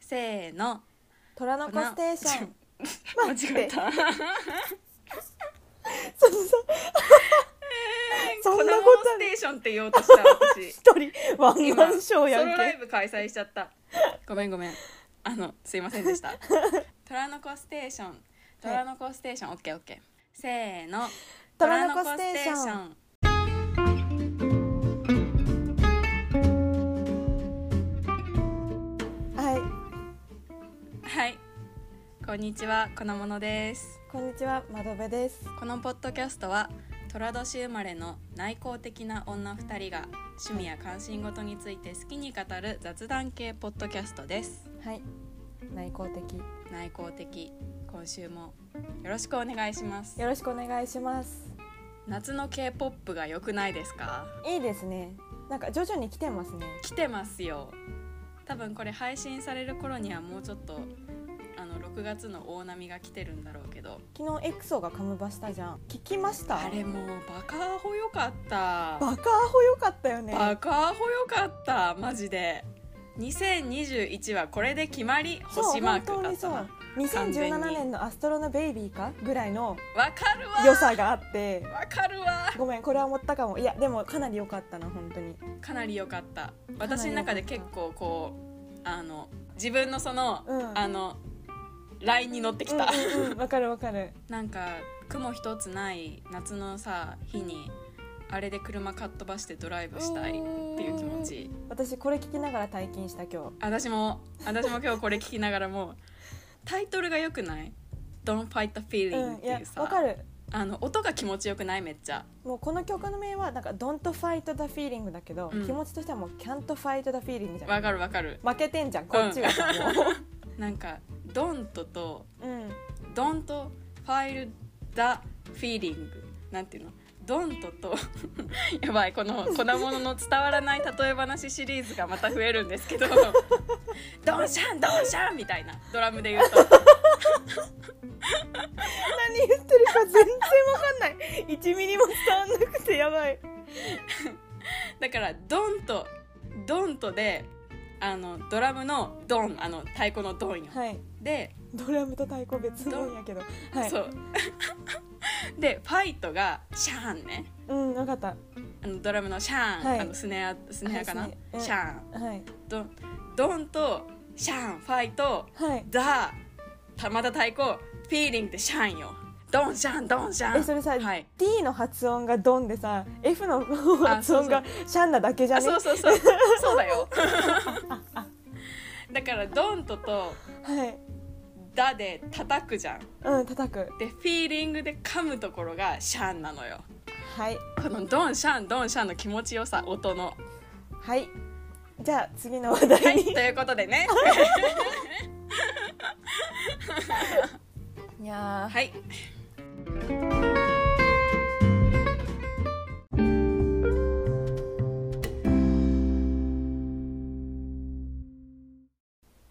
せーの虎の子ステーション 間違え たそのさそんなこ子供とスあるテーションって言おうとした私一人ワン今 マンショーやソんロライけブ開催しちゃったごめんごめんあのすいませんでした 虎の子ステーション虎の子ステーション、オッケーオッケーせーの虎の子ステーション虎の子ステーションはいはいこんにちはこのものですこんにちは窓辺ですこのポッドキャストは寅年生まれの内向的な女2人が趣味や関心事について好きに語る雑談系ポッドキャストですはい内向的内向的今週もよろしくお願いしますよろしくお願いします夏の K-POP が良くないですかいいですねなんか徐々に来てますね来てますよ多分これ配信される頃にはもうちょっとあの6月の大波が来てるんだろうけど昨日エクソがカムバしたじゃん聞きましたあれもうバカアホよかったバカアホよかったよねバカアホよかったマジで2021はこれで決まりそう星マーク本だ当っにたそうな完全に2017年のアストロのベイビーかぐらいのわかるわ良さがあってわかるわごめんこれは思ったかもいやでもかなり良かったな本当にかなり良かったかった私の中で結構こうあの自分のその、うんあのラインに乗ってきた、うんうんうんわかるわかるなんか雲一つない夏のさ日にあれで車かっ飛ばしてドライブしたいっていう気持ち私これ聞きながら体験した今私も私も今日これ聞きながらもうタイトルが良くない「Don't Fight the 日、う Feeling」ん、っいてやいうさ、わかるあの音が気持ちよくないめっちゃもうこの曲の名はなんか「Don't fight the feeling」だけど、うん気持ちとしてはもう「Can't fight the feeling」じゃわんかるわかる負けてんじゃん こっちがさ、なんか「Don't」ともううん「Don't File the Feeling」なんていうの「Don't」と やばいこ の粉物の伝わらない例え話シリーズがまた増えるんですけ ど「ドンシャンドンシャン」みたいなドラムで言うと何言ってるか全然わかんない1ミリも伝わんなくてやばいだから「ドン」と「ドン」とであのドラムの「ドン」あの太鼓の「ドン」よ。はいで、ドラムと太鼓別のんやけどはいそう で「ファイト」が「シャーン」ね。うんわかったあのドラムのシャーン、はいあのスネアスネアかな、はいスネアうんシャーンはいドンドンとシャーンファイトはいザたまた太鼓フィーリングでシャーンよドンシャーンドンシャーンえそれさ、はい D の発音がドンでさ F のあ発そうそう音がシャンなだけじゃあねそうそうそう そうだよだからドンととはいダで叩くじゃんうん叩くでフィーリングで噛むところがシャーンなのよはいこのドンシャーンドンシャーンの気持ちよさ音のはいじゃあ次の話題はいに、ということでねい、やーはい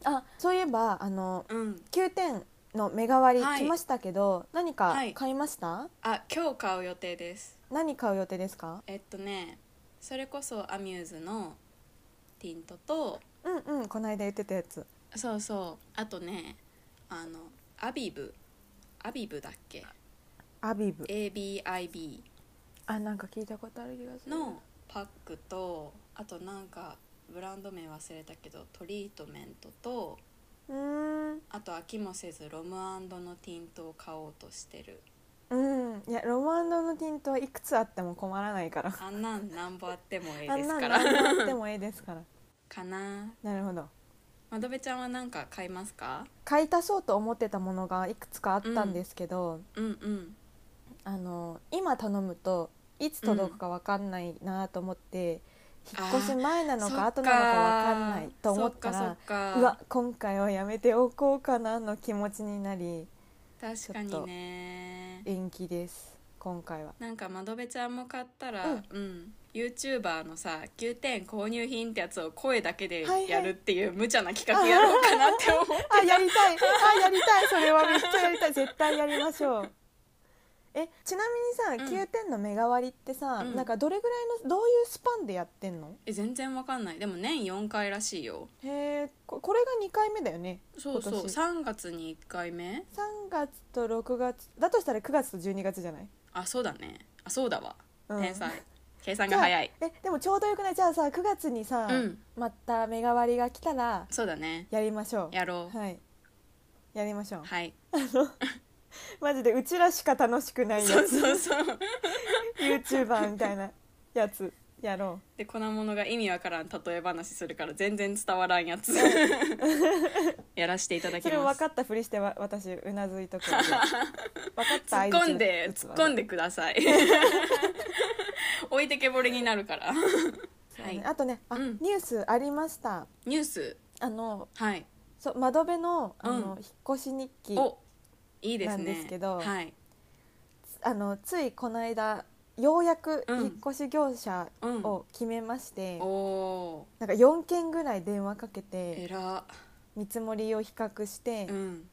あそういえばあのうん9点の目代わりはい来ましたけど、何かはい買いました、あ今日買う予定です何買う予定ですかえっとねそれこそアミューズのティントとうんうんこの間言ってたやつそうそうあとねあのアビブアビブだっけアビブ ABIB あなんか聞いたことある気がするのパックとあとなんかブランド名忘れたけどトリートメントとうーんあと飽きもせずロムのティントを買おうとして るうんいやロマンドのティントはいくつあっても困らないからあんなんなんぼあって もええあでんすなかのら何あってもええですからかななるほどまどべちゃんは何か買いますか買い足そうと思ってたものがいくつかあったんですけど、うんうんあの今頼むといつ届くかわかんないなと思って、うん引っ越し前なのそっか後なのかわかんないと思ったそっらかそっかうわ今回はやめておこうかなの気持ちになり確かにね延期です今回はなんか窓辺ちゃんも買ったら、ううんん YouTuber のさ9点購入品ってやつを声だけではいはいやるっていう無茶な企画やろうかなって思うあやりたいあやりたいそれはめっちゃやりたい絶対やりましょうえちなみにさ、うん9点の目代わりってさ、うんなんかどれぐらいのどういうスパンでやってんのえ全然わかんないでも年4回らしいよへえここれが2回目だよねそうそう今年3月に1回目3月と6月だとしたら9月と12月じゃない、あそうだねあそうだわうん天才、計算が早いえでもちょうどよくないじゃあさ9月にさ、うんまた目代わりが来たらそうだねやりましょうやろうはいやりましょう、はい、マジでうちらしか楽しくないやそうつそうそうユーチューバーみたいなやつやろで粉物が意味わからん例え話するから全然伝わらんや つやらせていただうきそれをま分すかったふりしてわ私うなずい とくわ分かった突っ込んで突っ込んで、でください置いてけぼりになるからそうねはいあとねあ、うんニュースありましたニュースあのはいそう窓辺のあの、うん引っ越し日記おいいですねなんですけどはいあのついこの間ようやくうん引っ越し業者うん、おを決めまして、おなんか4件ぐらい電話かけーえてら見積もりを比較して、うん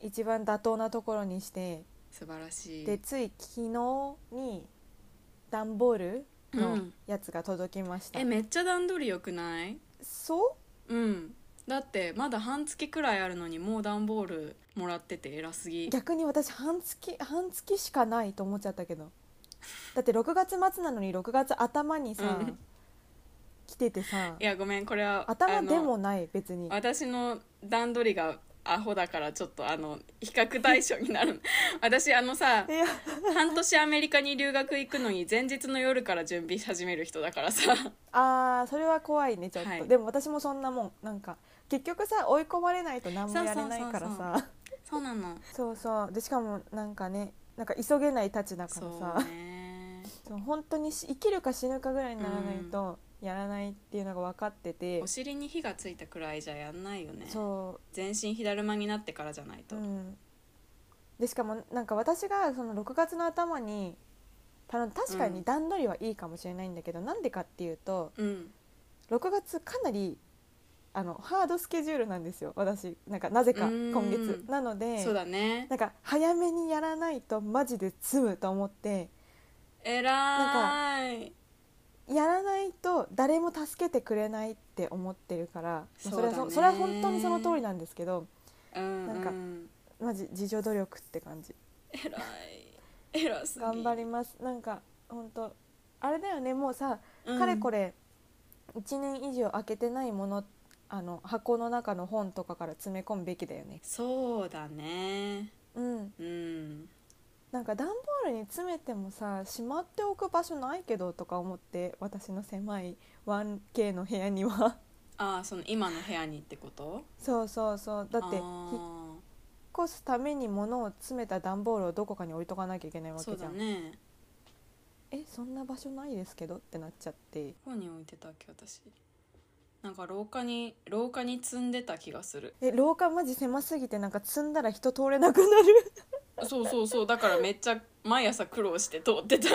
一番妥当なところにして素晴らしいでつい昨日に段ボールうのんやつが届きました、えめっちゃ段取り良くないそうんだってまだ半月くらいあるのにもう段ボールもらってて偉すぎう逆に私半月半月しかないと思っちゃったけどだって6月末なのに6月頭にさ、うん来ててさいやごめんこれはあ頭のでもない別に私の段取りがアホだからちょっとあの比較対象にな る私あのさいや半年アメリカに留学行くのに前日の夜から準備し始める人だからさあーそれは怖いねちょっと、はいでも私もそんなもんなんか結局さ追い込まれないと何もやれないからそうそうさそうなのそうそうでしかもなんかねなんか急げないたちだからそうさねそう本当にし生きるか死ぬかぐらいにならないとやらないっていうのが分かってて、お尻に火がついたくらいじゃやんないよねそ、全身火だるまになってからじゃないうと、うん、でしかもなんか私がその6月の頭に頼ん確かうんに段取りはいいかもしれないんだけどな、んでかっていうとうん、 6月かなりあのハードスケジュールなんですよ私なんかなぜかうーん今月なのでそうだねなんか早めにやらないとマジで済むと思ってえらーいやらないと誰も助けてくれないって思ってるから、まあそそれはうだねそそれは本当にその通りなんですけどうんなんかうんマジ自助努力って感じえらいえらすぎ頑張りますなんか本当あれだよねもうさ、うんかれこれ1年以上開けてないものあの箱の中の本とかから詰め込むべきだよねそうだねうんうんなんか段ボールに詰めてもさしまっておく場所ないけどとか思って私の狭い 1K の部屋にはああその今の部屋にってこと そうそうそうだってあ引っー越すために物を詰めた段ボールをどこかに置いとかなきゃいけないわそけうじゃだん、ねえそんな場所ないですけどってなっちゃってどこに置いてたっけ私なんか廊下に廊下に積んでた気がするえ廊下マジ狭すぎてなんか積んだら人通れなくな るそうそうそうだからめっちゃ毎朝苦労して通って た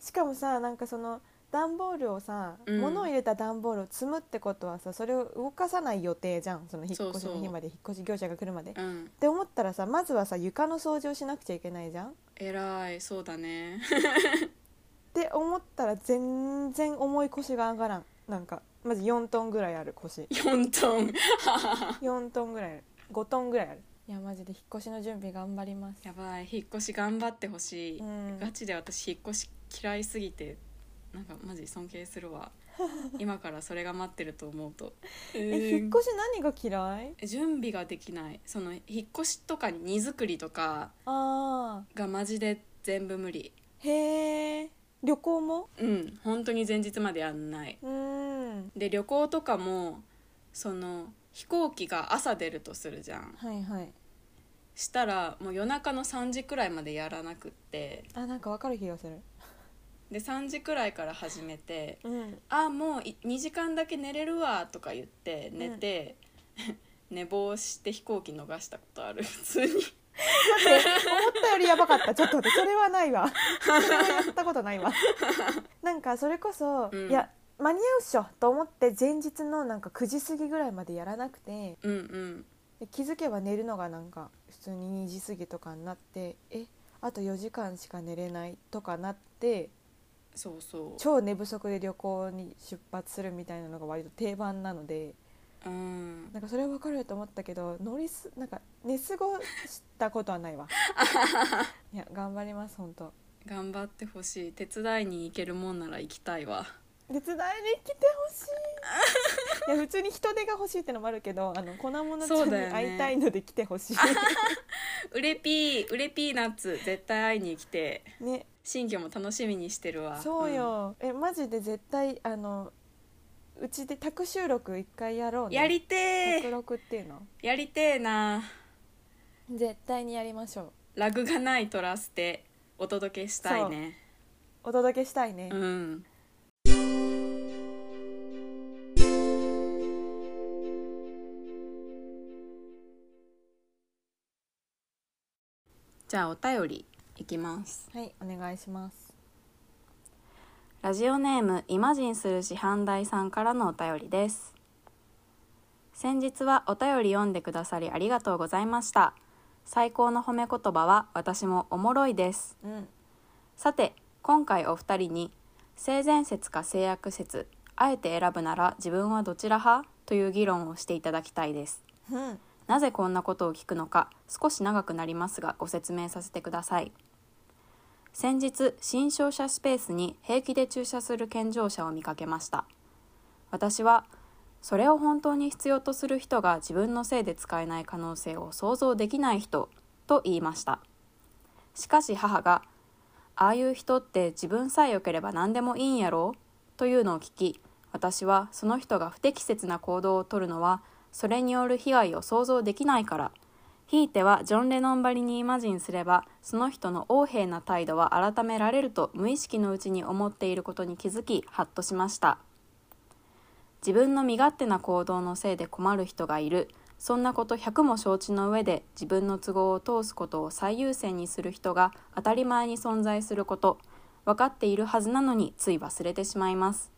しかもさなんかその段ボールをさ、うん物を入れた段ボールを積むってことはさそれを動かさない予定じゃんその引っ越しの日まで引っ越し業者が来るまでっうんて思ったらさまずはさ床の掃除をしなくちゃいけないじゃんっえらいそうだね て思ったら全然重い腰が上がらんなんかまず4トンぐらいある 腰4トン4トンぐらいある5トンぐらいあるいやマジで引っ越しの準備頑張りますやばい引っ越し頑張ってほしい、うんガチで私引っ越し嫌いすぎてなんかマジ尊敬する わ今からそれが待ってると思うとえ引っ越し何が嫌いえ準備ができないその引っ越しとか荷造りとかあがマジで全部無理ーへえ旅行もうん本当に前日までやんないうーんで旅行とかもその飛行機が朝出るとするじゃんはいはいしたらもう夜中の3時くらいまでやらなくってあなんかわかる気がするで3時くらいから始めてうん「あもう2時間だけ寝れるわ」とか言って寝て、 寝坊して飛行機逃したことある普通に待って 思ったよりやばかったちょっと待ってそれはないわそれはやったことないわなんかそれこそ、うんいや間に合うっしょと思って前日のなんか9時過ぎぐらいまでやらなくてうんうんで気づけば寝るのがなんか普通に2時過ぎとかになってえあと4時間しか寝れないとかなってそうそう超寝不足で旅行に出発するみたいなのが割と定番なのでうんなんかそれは分かると思ったけど乗りすなんか寝過ごしたことはな いわいや頑張ります本当頑張ってほしい手伝いに行けるもんなら行きたい わ手伝いに来てほしい いや普通に人手が欲しいってのもあるけどあの粉物ちゃそんうにだよね会いたいので来てほしい うれぴーうれぴーナッツ絶対会いに来てね新居も楽しみにしてるわそう、よ、えマジで絶対あのうちで宅収録一回やろううんねやりて宅え録っていうのやりてえな絶対にやりましょラグがないトラスでお届けしたいねうお届けしたいね、うんじゃあお便りいきますはいお願いしますラジオネームイマジンする師範大さんからのお便りです先日はお便り読んでくださりありがとうございました最高の褒め言葉は私もおもろいですうんさて今回お二人に性善説か性悪説あえて選ぶなら自分はどちら派という議論をしていただきたいですうんなぜこんなことを聞くのか少し長くなりますがご説明させてください先日新商社スペースに平気で駐車する健常者を見かけました私はそれを本当に必要とする人が自分のせいで使えない可能性を想像できない人と言いましたしかし母が「ああいう人って自分さえ良ければ何でもいいんやろ?」というのを聞き私はその人が不適切な行動をとるのはそれによる被害を想像できないからひいてはジョン・レノンばりにイマジンすればその人の横柄な態度は改められると無意識のうちに思っていることに気づきハッとしました自分の身勝手な行動のせいで困る人がいるそんなこと100も承知の上で自分の都合を通すことを最優先にする人が当たり前に存在すること分かっているはずなのについ忘れてしまいます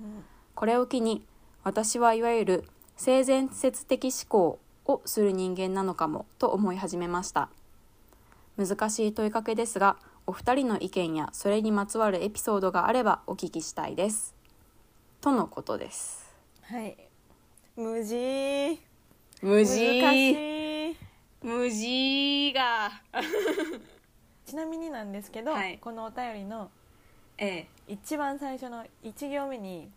うんこれを機に私はいわゆる性善説的思考をする人間なのかもと思い始めました難しい問いかけですがお二人の意見やそれにまつわるエピソードがあればお聞きしたいですとのことですはい無事無難しい無事がちなみになんですけど、はいこのお便りのええ一番最初の1行目に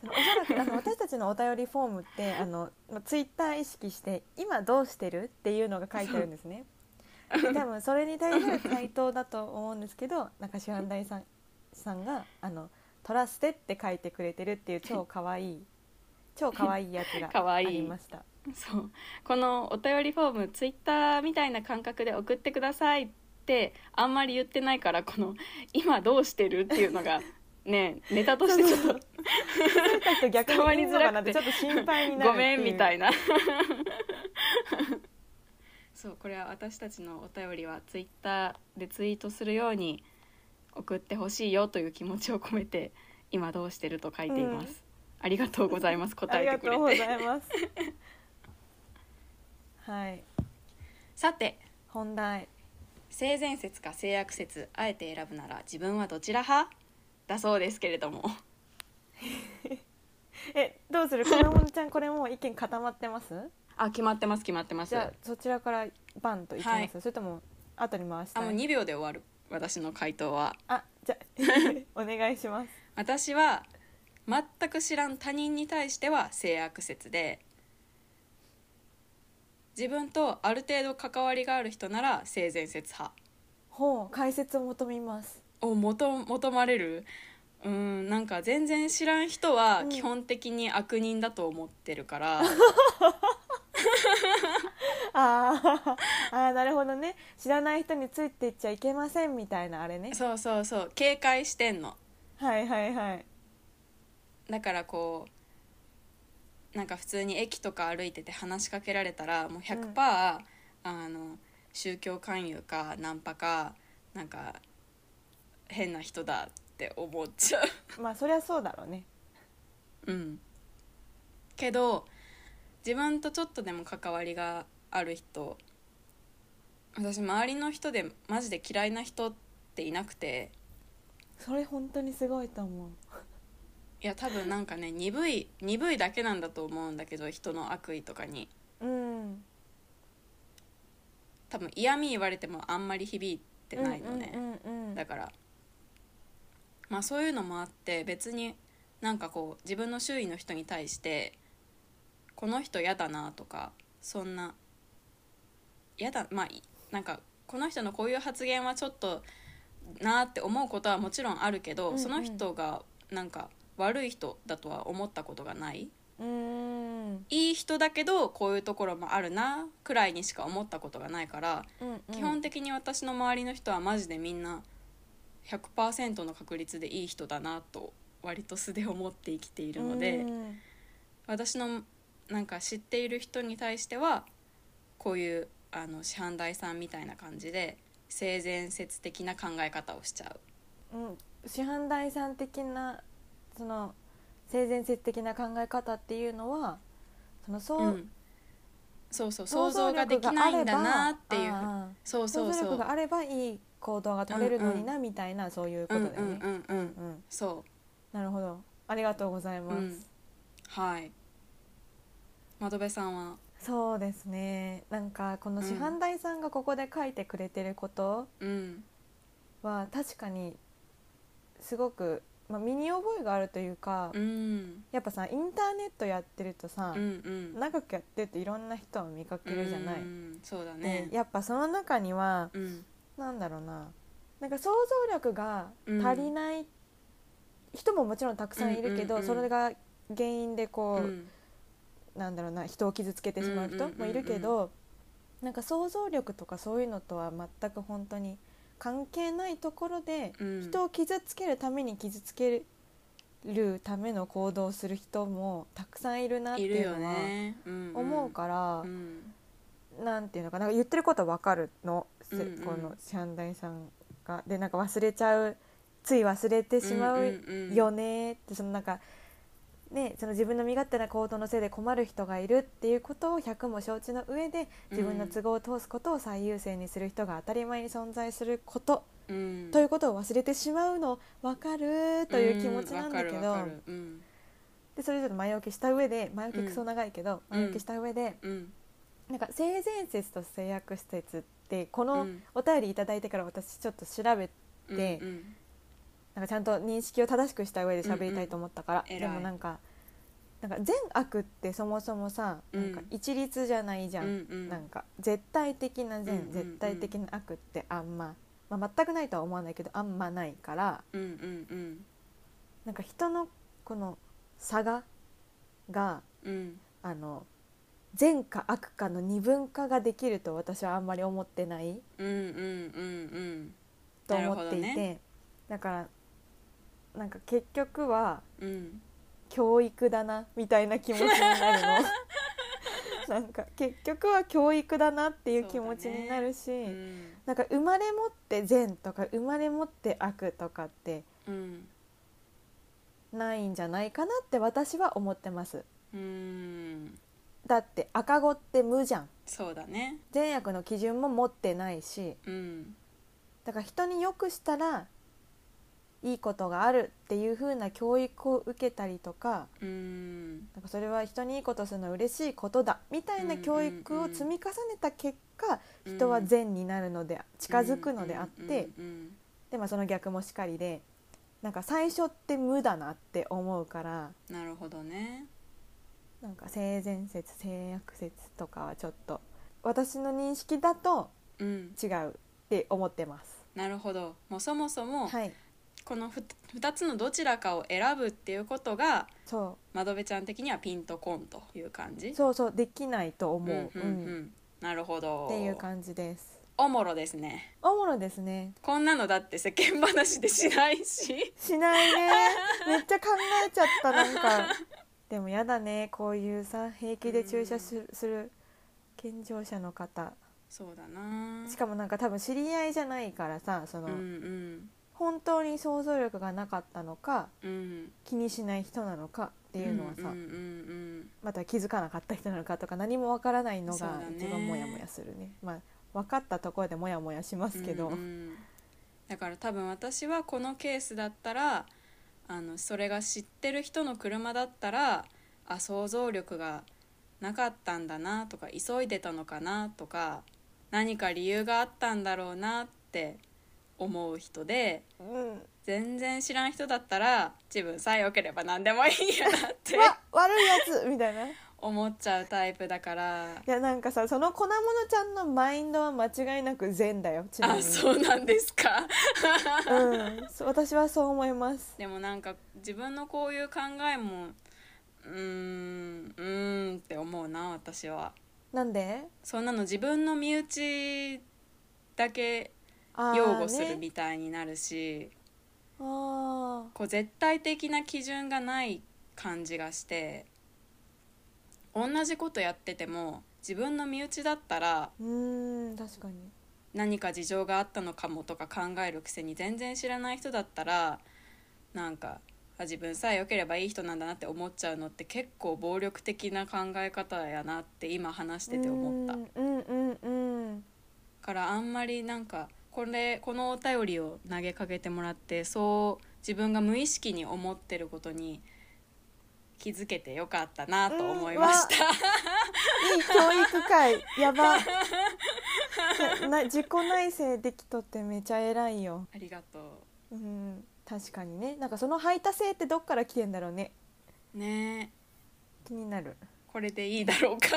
そのおそらくあの私たちのお便りフォームってあのツイッター意識して「今どうしてる?」っていうのが書いてあるんですね。で多分それに対する回答だと思うんですけどなんか師範大さんさんがあの「トラステ」って書いてくれてるっていう超かわいい超かわいいやつが可あ愛いりました。そうこのお便りフォームツイッターみたいな感覚で送ってくださいってあんまり言ってないからこの「今どうしてる?」っていうの がねネタとしてちょっとちょっと逆にいいの かなってちょ伝っと心配になるごめんみたいいな そうこれは私たちのお便りはツイッターでツイートするように送ってほしいよという気持ちを込めて「今どうしてる?」と書いています、うんありがとうございます答えてくれありてがとうございますはいさて本題性善説か性悪説あえて選ぶなら自分はどちら派だそうですけれどもえどうするこのもんちゃんこれもう意見固まってますあ決まってます決まってますじゃあそちらからバンといきます、はいそれとも後に回したあもう2秒で終わる私の回答はあじゃあ お願いします私は全く知らん他人に対しては性悪説で自分とある程度関わりがある人なら性善説派ほう解説を求めますを求求まれるうんなんか全然知らん人はうん基本的に悪人だと思ってる から、あー あーなるほどね知らない人についていっちゃいけませんみたいなあれねそうそうそう警戒してんのはいはいはいだからこうなんか普通に駅とか歩いてて話しかけられたらもう100%、うんあの宗教勧誘かナンパかなんか変な人だって思っちゃう。 まあそりゃそうだろうねうん、けど自分とちょっとでも関わりがある人私周りの人でマジで嫌いな人っていなくてそれ本当にすごいと思ういや多分なんかね鈍い鈍いだけなんだと思うんだけど人の悪意とかにうん多分嫌味言われてもあんまり響いてないのね、うんうんうんだからまあそういうのもあって別になんかこう自分の周囲の人に対してこの人嫌だなとかそんな嫌だまあいなんかこの人のこういう発言はちょっとなーって思うことはもちろんあるけど、うんうんその人がなんか悪い人だとは思ったことがないうーんいい人だけどこういうところもあるなくらいにしか思ったことがないからうんうん基本的に私の周りの人はマジでみんな100%の確率でいい人だなと割と素で思って生きているので、うん私のなんか知っている人に対してはこういうあの師範代さんみたいな感じで性善説的な考え方をしちゃううん、師範代さん的なその性善説的な考え方っていうのはそのそう、ん、そうそう想像ができないんだなっていううそう想そう像そう力があればいい行動が取れるのにな、みたいなそういうこうとんだうよね、んうんうんうんそうなるほどありがとうございます、うんはい窓辺さんはそうですねなんかこの師範代さんがここで書いてくれてることうんは確かにすごく、まあ、身に覚えがあるというか、うんやっぱさインターネットやってるとさ、うんうん長くやってるといろんな人を見かけるじゃない、うんそうだね、ねやっぱその中にはうんなんだろうななんか想像力が足りない人ももちろんたくさんいるうんけど、うんうんそれが原因でうこう、んなんだろうな人を傷つけてしまう人もいるけど、うんなんか想像力とかそういうのとは全く本当に関係ないところで、うん人を傷つけるために傷つけるための行動をする人もたくさんいるなっているいうよのはねうんん思うから、うんなんていうのかななんか言ってることわかるの、せうんうんこのシャンダイさんが。でなんか忘れちゃうつい忘れてしまうよねってそのなんか、ね、その自分の身勝手な行動のせいで困る人がいるっていうことを100も承知の上で自分の都合を通すことを最優先にする人が当たり前に存在すること、うんうんということを忘れてしまうの分かるという気持ちなんだけうど、わかるわかるうんでそれちょっと前置きした上で前置きクソ長いけど、うん前置きした上でうんなんか性善説と性悪説ってこうのんお便りいただいてから私ちょっと調べてでうんうんなんかちゃんと認識を正しくした上で喋りたいと思ったから、うんうんで偉もいなんかなんか善悪ってそもそもさ、うんなんか一律じゃないじゃん、うんうんなんか絶対的な善、うんうんうん絶対的な悪ってあんま、まあ、全くないとは思わないけどあんまないからうんうんうんなんか人のこの差ががうんあの善か悪かの二分化ができると私はあんまり思ってないうんうんうんと思っていなるて、ほどだからなんか結局はうんうん教育だなみたいな気持ちになる のなんか結局は教育だなっていう気持ちになるし、うんなんか生まれ持って善とか生まれ持って悪とかってうんないんじゃないかなって私は思ってますうんだって赤子って無じゃんそうだね善悪の基準も持ってないしうんだから人に良くしたらいいことがあるっていう風な教育を受けたりとかうんなんかそれは人にいいことするのは嬉しいことだみたいな教育を積み重ねたう結果、ん人は善になるので近づくのであって、うんうんでまあその逆もしかりでなんか最初って無だなって思うからうんなるほどねなんか性善説性悪説とかはちょっと私の認識だとうん違うって思ってます。なるほどもうそもそもはい、このふ2つのどちらかを選ぶっていうことがそ窓辺ちゃん的にはピンとこんという感じうそうそうできないとう思う、んうんううんんなるほどっていう感じです。おもろですねおもろですね。こんなのだって世間話でしないししないねめっちゃ考えちゃったなんかでもやだねこういうさ平気で注射する,、する健常者の方そうだなしかもなんか多分知り合いじゃないからさその、うん本当に想像力がなかったのかうんうん気にしない人なのかっていうのはさ、うんうんうんまた気づかなかった人なのかとか何もわからないのそうだがね一番モヤモヤするねまあ分かったところでモヤモヤしますけど、うんうんだから多分私はこのケースだったらあのそれが知ってる人の車だったらあ想像力がなかったんだなとか急いでたのかなとか何か理由があったんだろうなって思う人でうん全然知らん人だったら自分さえ良ければ何でもいいやなってわ悪いやつみたいない思っちゃうタイプだからやなんかさその粉物ちゃんのマインドは間違いなく善だよちなみあにそうなんですか。うん、そ私はそう思いますでもなんか自分のこういう考えもうーんうーんって思うな私はなんでそんなの自分の身内だけあー擁護するね、みたいになるし、あこう絶対的な基準がない感じがして同じことやってても自分の身内だったらーうーん確かに何か事情があったのかもとか考えるくせに全然知らない人だったらなんかあ自分さえ良ければいい人なんだなって思っちゃうのって結構暴力的な考え方やなって今話してて思ったうーんうんうんうんからあんまりなんかこれこのお便りを投げかけてもらってそう自分が無意識に思ってることに気づけてよかったなと思いました。いい教育会やば なな自己内省できとってめちゃ偉いよありがとうん確かにねなんかその排他性ってどっから来てんだろうねうねえ気になるこれでいいだ ろうか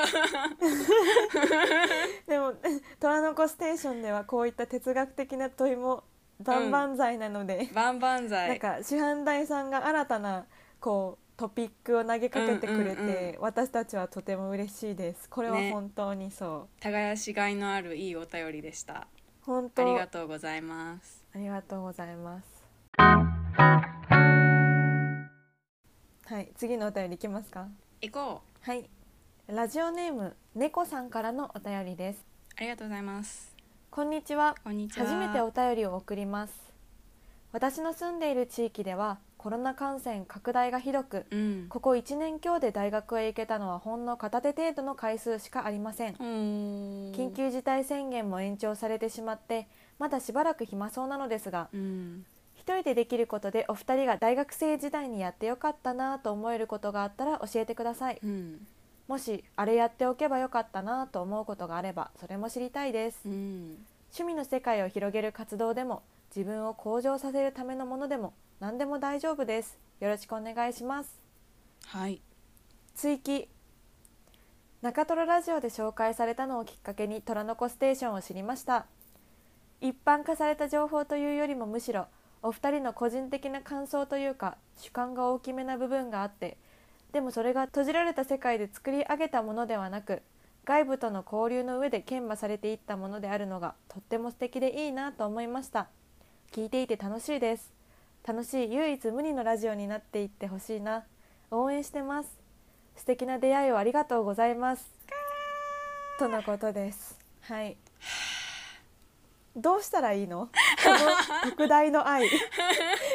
でも 「虎の子ステーション」ではこういった哲学的な問いも万々歳なので、バンバンザなんイか師範代さんが新たなこうトピックを投げかけてくれて、うんうんう私たちはとても嬉しいですこれはね本当にそう、耕しがいのあるいいお便りでした本あ当りがとうございますありがとうございます。はい、次のお便りいきますか。行こうはい、ラジオネーム猫さんからのお便りです。ありがとうございますこんにちは。こんにちは初めてお便りを送ります。私の住んでいる地域ではコロナ感染拡大がひどく、うんここ1年強で大学へ行けたのはほんの片手程度の回数しかありません。緊緊急事態宣言も延長されてしまって、まだしばらく暇そうなのですが、うん一人でできることでお二人が大学生時代にやってよかったなぁと思えることがあったら教えてくださいうんもしあれやっておけばよかったなぁと思うことがあればそれも知りたいですうん趣味の世界を広げる活動でも自分を向上させるためのものでも何でも大丈夫ですよろしくお願いしますはい追記中トロラジオで紹介されたのをきっかけに虎の子ステーションを知りました一般化された情報というよりもむしろお二人の個人的な感想というか主観が大きめな部分があってでもそれが閉じられた世界で作り上げたものではなく外部との交流の上で研磨されていったものであるのがとっても素敵でいいなと思いました聞いていて楽しいです楽しい唯一無二のラジオになっていってほしいな応援してます素敵な出会いをありがとうございますとのことですはいどうしたらいいのこの特大の愛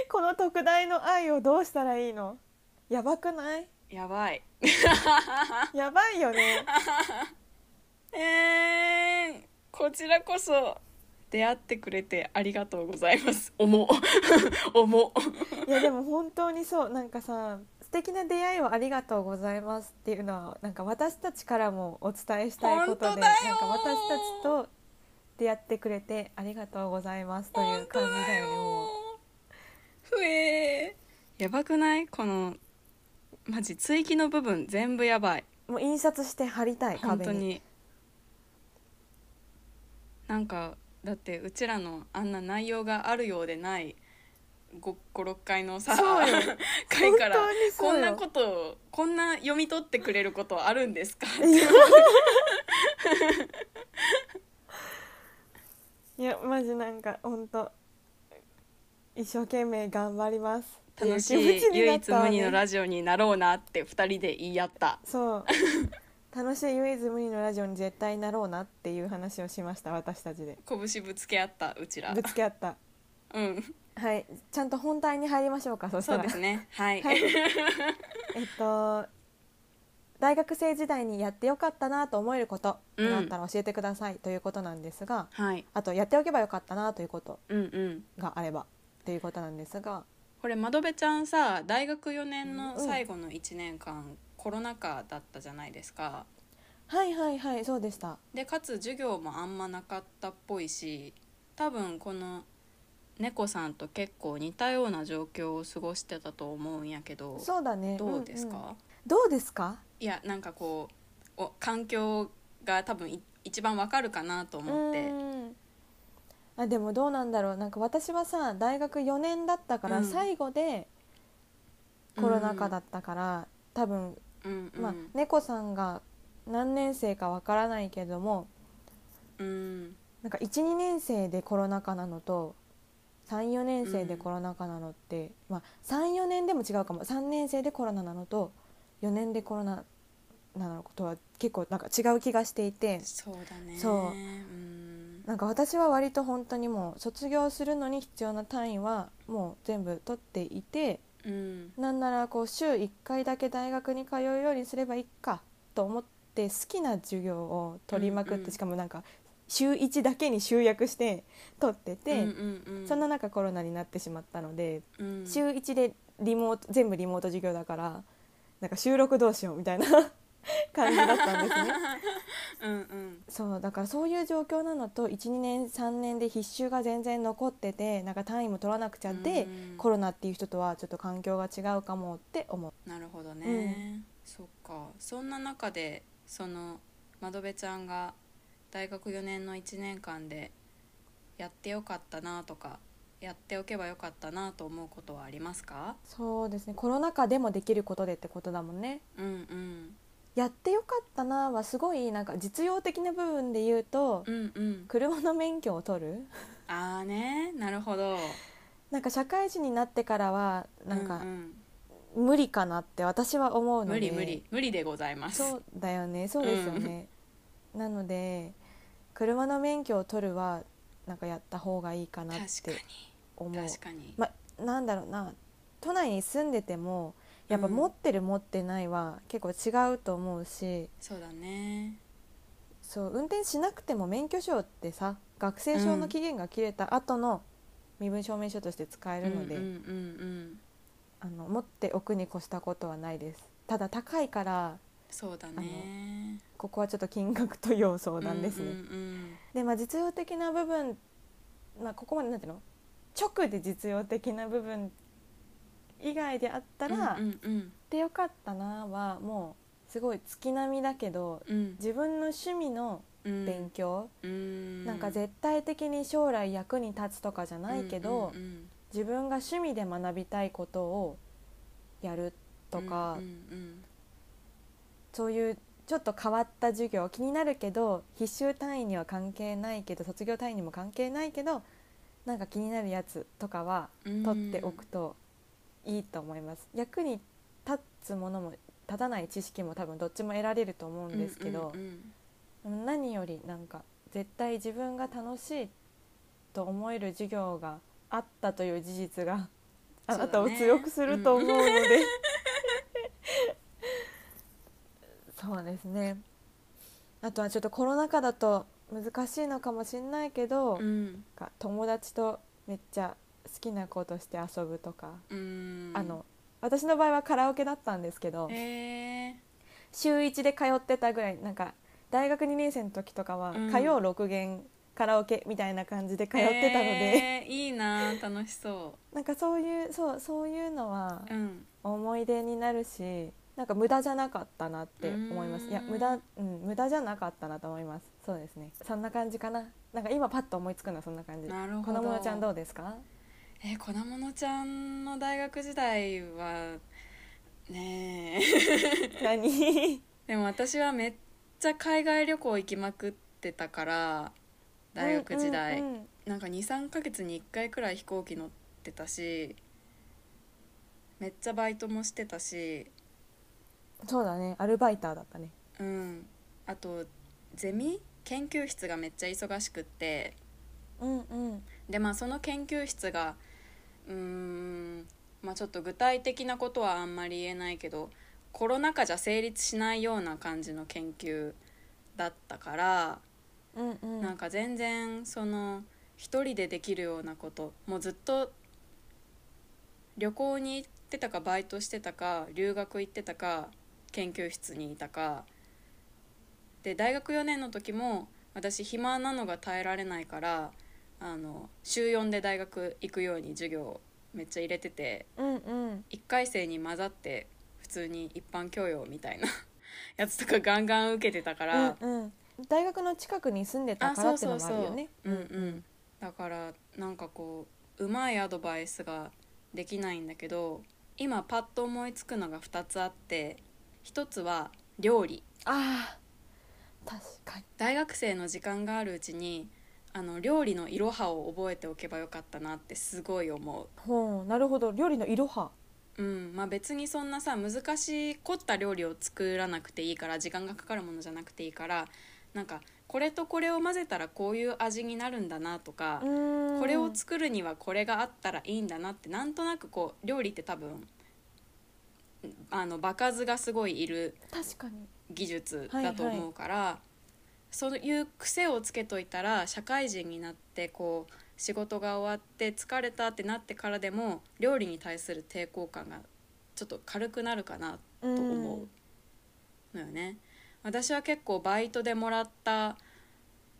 この特大の愛をどうしたらいいのやばくないやばいやばいよねえー、こちらこそ出会ってくれてありがとうございます重っ 重っいやでも本当にそうなんかさ素敵な出会いをありがとうございますっていうのはなんか私たちからもお伝えしたいこと本当だでなんよか私たちと出会ってくれてありがとうございますという感じだよねもうふえーやばくないこのマジ追記の部分全部やばいもう印刷して貼りたい本壁当にになんかだってうちらのあんな内容があるようでない56回のさそうよ 回から本当にそうこよんなことをこんな読み取ってくれることあるんですかいや マジなんか本当一生懸命頑張りますってう楽し気持いちに唯なっ一たわ無ね二のラジオになろうなって2人で言い合ったそう 楽しい唯一無二のラジオに絶対なろうなっていう話をしました私たちで拳ぶつけ合ったうちらぶつけ合ったうんはいちゃんと本 題に入りましょうかそしたそうらですねはい、はい、えっと大学生時代にやってよかったなと思えることうんがあったら教えてくださいということなんですが、はいあとやっておけばよかったなということうんうんがあればということなんですがこれ窓辺ちゃんさ大学4年の最後の1年間、コロナ禍だったじゃないですかはいはいはいそうでしたでかつ授業もあんまなかったっぽいし多分この猫さんと結構似たような状況を過ごしてたと思うんやけどそうだねどうですか、んんどうですかいやなんかこうお環境が多分い一番わかるかなと思ってうんあでもどうなんだろうなんか私はさ大学4年だったからうん最後でコロナ禍だったから、多分うんうんまあ、猫さんが何年生かわからないけどもうんなんか12年生でコロナ禍なのと34年生でコロナ禍なのって、まあ、34年でも違うかも3年生でコロナなのと4年でコロナなのことは結構なんか違う気がしていてそうだねそううんなんか私は割と本当にもう卒業するのに必要な単位はもう全部取っていてうんなんならこう週1回だけ大学に通うようにすればいいかと思って好きな授業を取りまくって、うんうんしかもなんか週1だけに集約して取ってて。うんうんうんそんな中コロナになってしまったので、うん週1でリモート全部リモート授業だからなんか収録どうしようみ たいな感じだったんですねうんうんそうだからそういう状況なのと12年3年で必修が全然残っててなんか単位も取らなくちゃで、うんコロナっていう人とはちょっと環境が違うかもって思うなるほどね、うそっかそんな中でその窓辺ちゃんが大学4年の1年間でやってよかったなとかやっておけばよかったなと思うことはありますかそうですねコロナ禍でもできることでってことだもんねうんうんやってよかったなはすごいなんか実用的な部分で言うと、うんうん車の免許を取るああねなるほどなんか社会人になってからはなんか、ううん無理かなって私は思うの無で理無理無理でございますそうだよねそうですよね、なので車の免許を取るはなんかやった方がいいかなっ確かて思うに確かに、まなんだろうな都内に住んでてもやっぱうん持ってる持ってないは結構違うと思うし、そうだねそう運転しなくても免許証ってさ学生証の期限が切れた後の身分証明書として使えるので、うんうんうんうんあの持っておくに越したことはないですただ高いからそうだねここはちょっと金額と要相談ですね、うんうんでまあ実用的な部分、まあ、ここまでなんていうの直で実用的な部分以外であったうん、ら、うんうんでよかったなはもうすごい月並みだけどうん自分の趣味のうん勉強、うんなんか絶対的に将来役に立つとかじゃないけど、うんうん自分が趣味で学びたいことをやるとか、うんうんそういうちょっと変わった授業気になるけど必修単位には関係ないけど卒業単位にも関係ないけどなんか気になるやつとかはうん取っておくといいと思います、役に立つものも立たない知識も多分どっちも得られると思うんですけどう、んうん何よりなんか絶対自分が楽しいと思える授業があったという事実が あなたそうをだね強くすると思うので、 そうですねあとはちょっとコロナ禍だと難しいのかもしれないけど、うなんんか友達とめっちゃ好きな子として遊ぶとか、うんあの私の場合はカラオケだったんですけど。え週1で通ってたぐらいなんか大学2年生の時とかはうん火曜6限カラオケみたいな感じで通ー、ってたので、えー、いいなー楽しそ なんかそういうそうそういうのはううん思い出になるしなんか無駄じゃなかったなって思いまうすんいや無駄、うん、無駄じゃなかったなと思いますそうですねそんな感じかななんか今パッと思いつくのはそんな感じなるほどこのものちゃんどうで すかえー、粉ものちゃんの大学時代はねえ何でも私はめっちゃ海外旅行行きまくってたから大学時代、うんうんなんか23ヶ月に1回くらい飛行機乗ってたしめっちゃバイトもしてたしうんそうだねアルバイターだったねうんあとゼミ研究室がめっちゃ忙しくってうんうんでまあその研究室がうーんまあちょっと具体的なことはあんまり言えないけどコロナ禍じゃ成立しないような感じの研究だったから、うんうんなんか全然その一人でできるようなこともうずっと旅行に行ってたかバイトしてたか留学行ってたか研究室にいたかで大学4年の時も私暇なのが耐えられないからあの週4で大学行くように授業めっちゃ入れててうんうん1回生に混ざって普通に一般教養みたいな やつとかガンガン受けてたから。うんうん大学の近くに住んでたあからそうってそのうもそあうるよねうんうんだからなんかこううまいアドバイスができないんだけど今パッと思いつくのが2つあって1つは料理ああ確かに大学生の時間があるうちにあの料理のいろはを覚えておけばよかったなってすごい思うほうなるほど料理のいろはうんまあ別にそんなさ難しい凝った料理を作らなくていいから時間がかかるものじゃなくていいからなんかこれとこれを混ぜたらこういう味になるんだなとか、ここれを作るにはこれがあったらいいんだなってなんとなくこう料理って多分あの場数がすごいいる確かに技術はいはだいと思うから、そういう癖をつけといたら社会人になってこう仕事が終わって疲れたってなってからでも料理に対する抵抗感がちょっと軽くなるかなとと思うのよね。私は結構バイトでもらった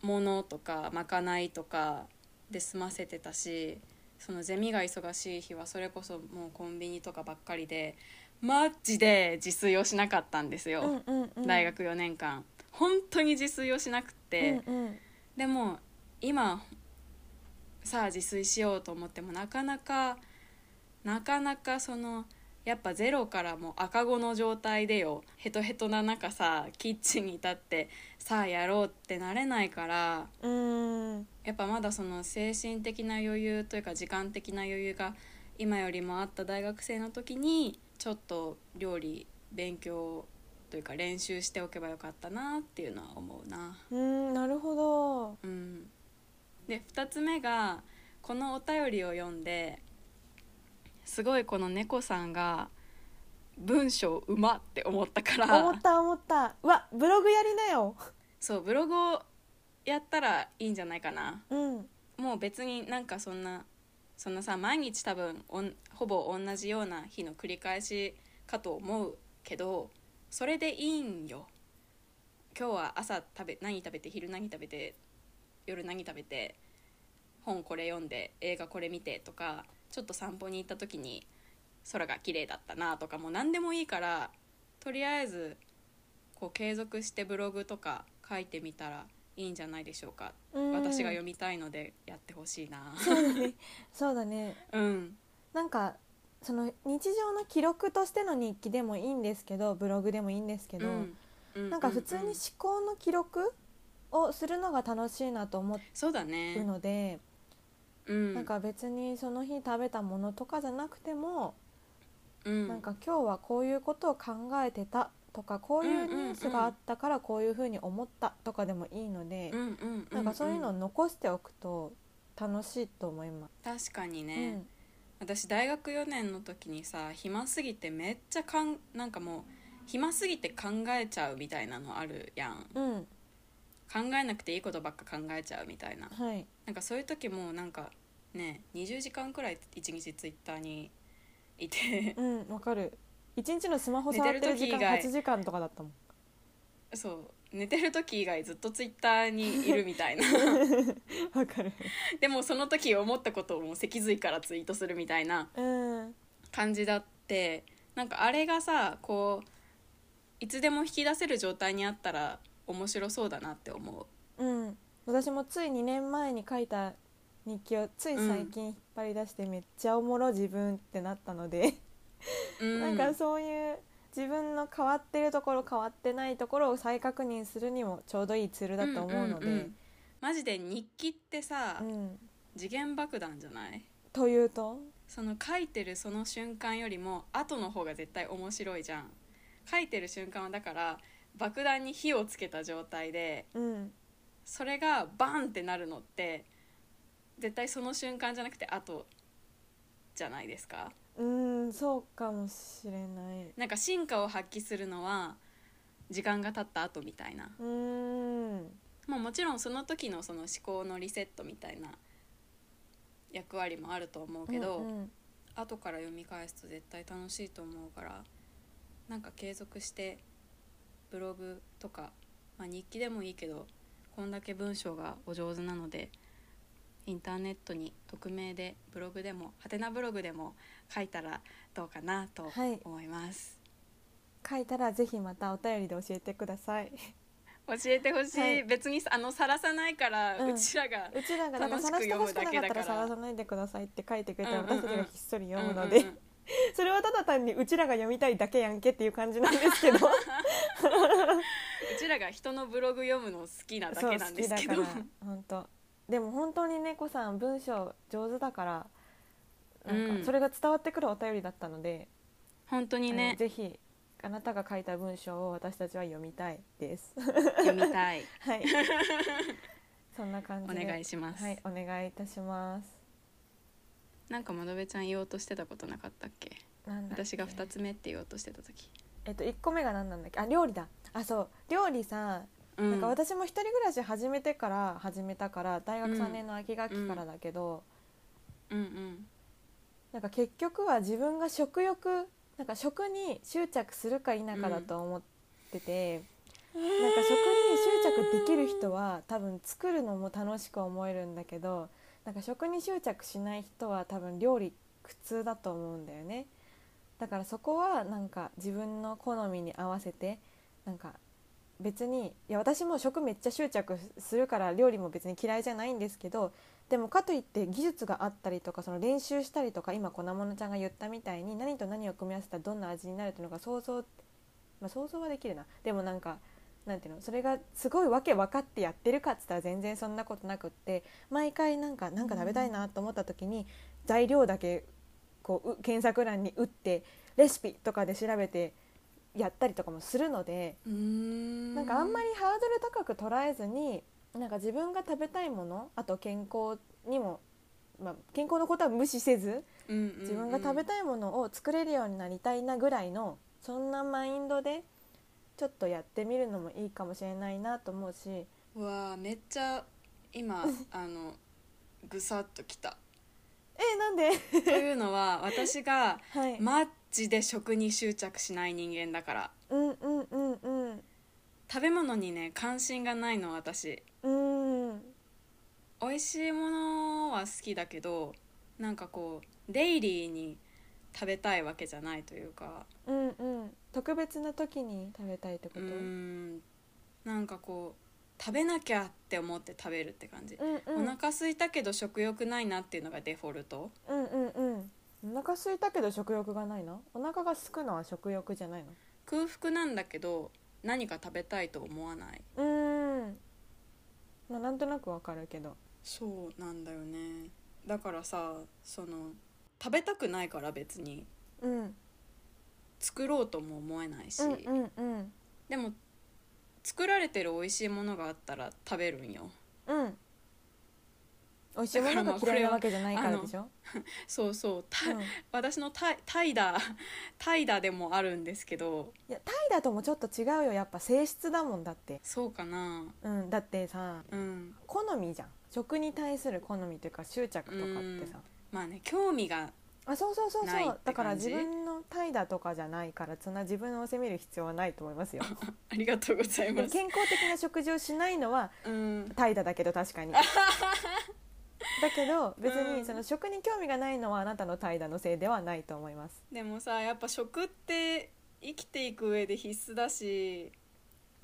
ものとかまかないとかで済ませてたしそのゼミが忙しい日はそれこそもうコンビニとかばっかりでマジで自炊をしなかったんですよ、うんうんうん、大学4年間本当に自炊をしなくて、うんうんでも今さあ自炊しようと思ってもなかなかなかなかそのやっぱゼロからもう赤子の状態でよヘトヘトな中さキッチンに立ってさあやろうってなれないからうーんやっぱまだその精神的な余裕というか時間的な余裕が今よりもあった大学生の時にちょっと料理勉強というか練習しておけばよかったなっていうのは思うな。うーんなるほどうん、で2つ目がこのお便りを読んですごいこの猫さんが文章うまって思ったか思らった思ったうわブログやりなよそうブログをやったらいいんじゃないかなうんもう別になんかそんなそんなさ毎日多分おんほぼ同じような日の繰り返しかと思うけどそれでいいんよ今日は朝食べ何食べて昼何食べて夜何食べて本これ読んで映画これ見てとかちょっと散歩に行った時に空が綺麗だったなとかもう何でもいいからとりあえずこう継続してブログとか書いてみたらいいんじゃないでしょうかうん私が読みたいのでやってほしいなそうだねうんなんかその日常の記録としての日記でもいいんですけどブログでもいいんですけど、うんなんか普通にう思う考の記録をするのが楽しいなと思そうだうねので、うんなんか別にその日食べたものとかじゃなくても、うんなんか今日はこういうことを考えてたとかこういうニュースがあったからこういうふうに思ったとかでもいいので、うんうんなんかそういうのをん残しておくと楽しいと思います。確かにうね、ん、私大学4年の時にさ暇すぎてめっちゃかんなんかもう暇すぎて考えちゃうみたいなのあるやんうん、考えなくていいことばっか考えちゃうみたいなはい、なんかそういう時もなんかね20時間くらい1日ツイッターにいて うん、わかる。一日のスマホ触ってる時寝てる時間以外8時間とかだったもん。そう寝てる時以外ずっとツイッターにいるみたいなわかる。でもその時思ったことをもう脊髄からツイートするみたいなうん、感じだってなんかあれがさこういつでも引き出せる状態にあったら面白そうだなって思うん。私もつい2年前に書いた日記をつい最近引っ張り出してめっちゃおもろ自分ってなったので、う、うん、なんかそういう自分の変わってるところ変わってないところを再確認するにもちょうどいいツールだと思うので、んんんマジで日記ってさ、うん、次元爆弾じゃないというと、その書いてるその瞬間よりも後の方が絶対面白いじゃん書いてる瞬間はだから爆弾に火をつけた状態でうん、それがバンってなるのって絶対その瞬間じゃなくて後じゃないですかうんそうかもしれないなんか進化を発揮するのは時間が経った後みたいな、うんまあ、もちろんその時のその思考のリセットみたいな役割もあると思うけど、うん後から読み返すと絶対楽しいと思うからなんか継続してブログとか、まあ、日記でもいいけどこんだけ文章がお上手なのでインターネットに匿名でブログでもハテナブログでも書いたらどうかなとはい思います、書いたらぜひまたお便りで教えてください教えてほしい、はい別にさあのさらさないから、ううんちらがうちらがなんか 楽しく晒してほしくなか読むだったけだらから晒さないでくださいって書いてくれたらうんうんうん私たちがひっそり読むのうんでうんうんそれはただ単にうちらが読みたいだけやんけっていう感じなんで すけどうちらが人のブログ読むの好きなだそうけ好なんできすだけかどら本当でも本当に猫さん文章上手だからなんうかんそれが伝わってくるお便りだったので、 本当にあのねぜひあなたが書いた文章を私たちは読みたいです。 読みたい はい。そんな感おじで。願いします、はい、お願いいたします。なんかまどべちゃん言おうとしてたことなかったっけなんだっけ私が2つ目って言おうとしてた時、えっと一個目が何なんだっけ？あ、料理だ。あ、そう。料理さ、うん、なんか私も一人暮らし始めてから始めたから、大学三年の秋学期からだけど、うんうんなんか結局は自分が食欲なんか食に執着するか否かだと思ってて、なんか食に執着できる人は多分作るのも楽しく思えるんだけどなんか食に執着しない人は多分料理苦痛だと思うんだよねだからそこはなんか自分の好みに合わせてなんか別にいや私も食めっちゃ執着するから料理も別に嫌いじゃないんですけどでもかといって技術があったりとかその練習したりとか今粉ものちゃんが言ったみたいに何と何を組み合わせたらどんな味になるっていうのが想像、まあ、想像はできるなでもなんかなんていうのそれがすごいわけ分かってやってるかっつったら全然そんなことなくって毎回なんかなんか食べたいなと思った時に材料だけこうう検索欄に打ってレシピとかで調べてやったりとかもするので。うーんなんかあんまりハードル高く捉えずになんか自分が食べたいものあと健康にも、まあ、健康のことは無視せずり、うんうんうん自分が食べたいものを作れるようになりたいなぐらいのそんなマインドでちょっとやってみるのもいいかもしれないなと思うしうわあめっちゃ 今あのぐさっときたえなんでというの は私がはい、マッチで食に執着しない人間だからうんうんうんうん食べ物にね関心がないの私うん美味しいものは好きだけどなんかこうデイリーに食べたいわけじゃないというかうんうん特別な時に食べたいってこうと、ーんなんかこう食べなきゃって思って食べるって感じ、うんうん、お腹空いたけど食欲ないなっていうのがデフォルトうんうんうんお腹空いたけど食欲がないのお腹がすくのは食欲じゃないの空腹なんだけど何か食べたいと思わないうーんまあなんとなくわかるけどそうなんだよねだからさその食べたくないから別にうんうん作ろうとも思えないし、うんうんでも作られてる美味しいものがあったら食べるんようん美味しいものが嫌いなわけじゃないからでしょそうそうた、うんい私のタイタイだタイだでもあるんですけどやタイだともちょっと違うよやっぱ性質だもんだってそうかなうんだってさうん好みじゃん食に対する好みというか執着とかってさまあね興味があそうそうそうないってそ感うじだから自分のタイだとかじゃないからそんな自分を責める必要はないと思い ますよありがとうございでもます健康的な食事をしないのはうん怠惰だけど確 かにだけど別うにんその食に興味がないのはあなたの怠惰のせいではないと思いますでもさやっぱ食って生きていく上で必須だし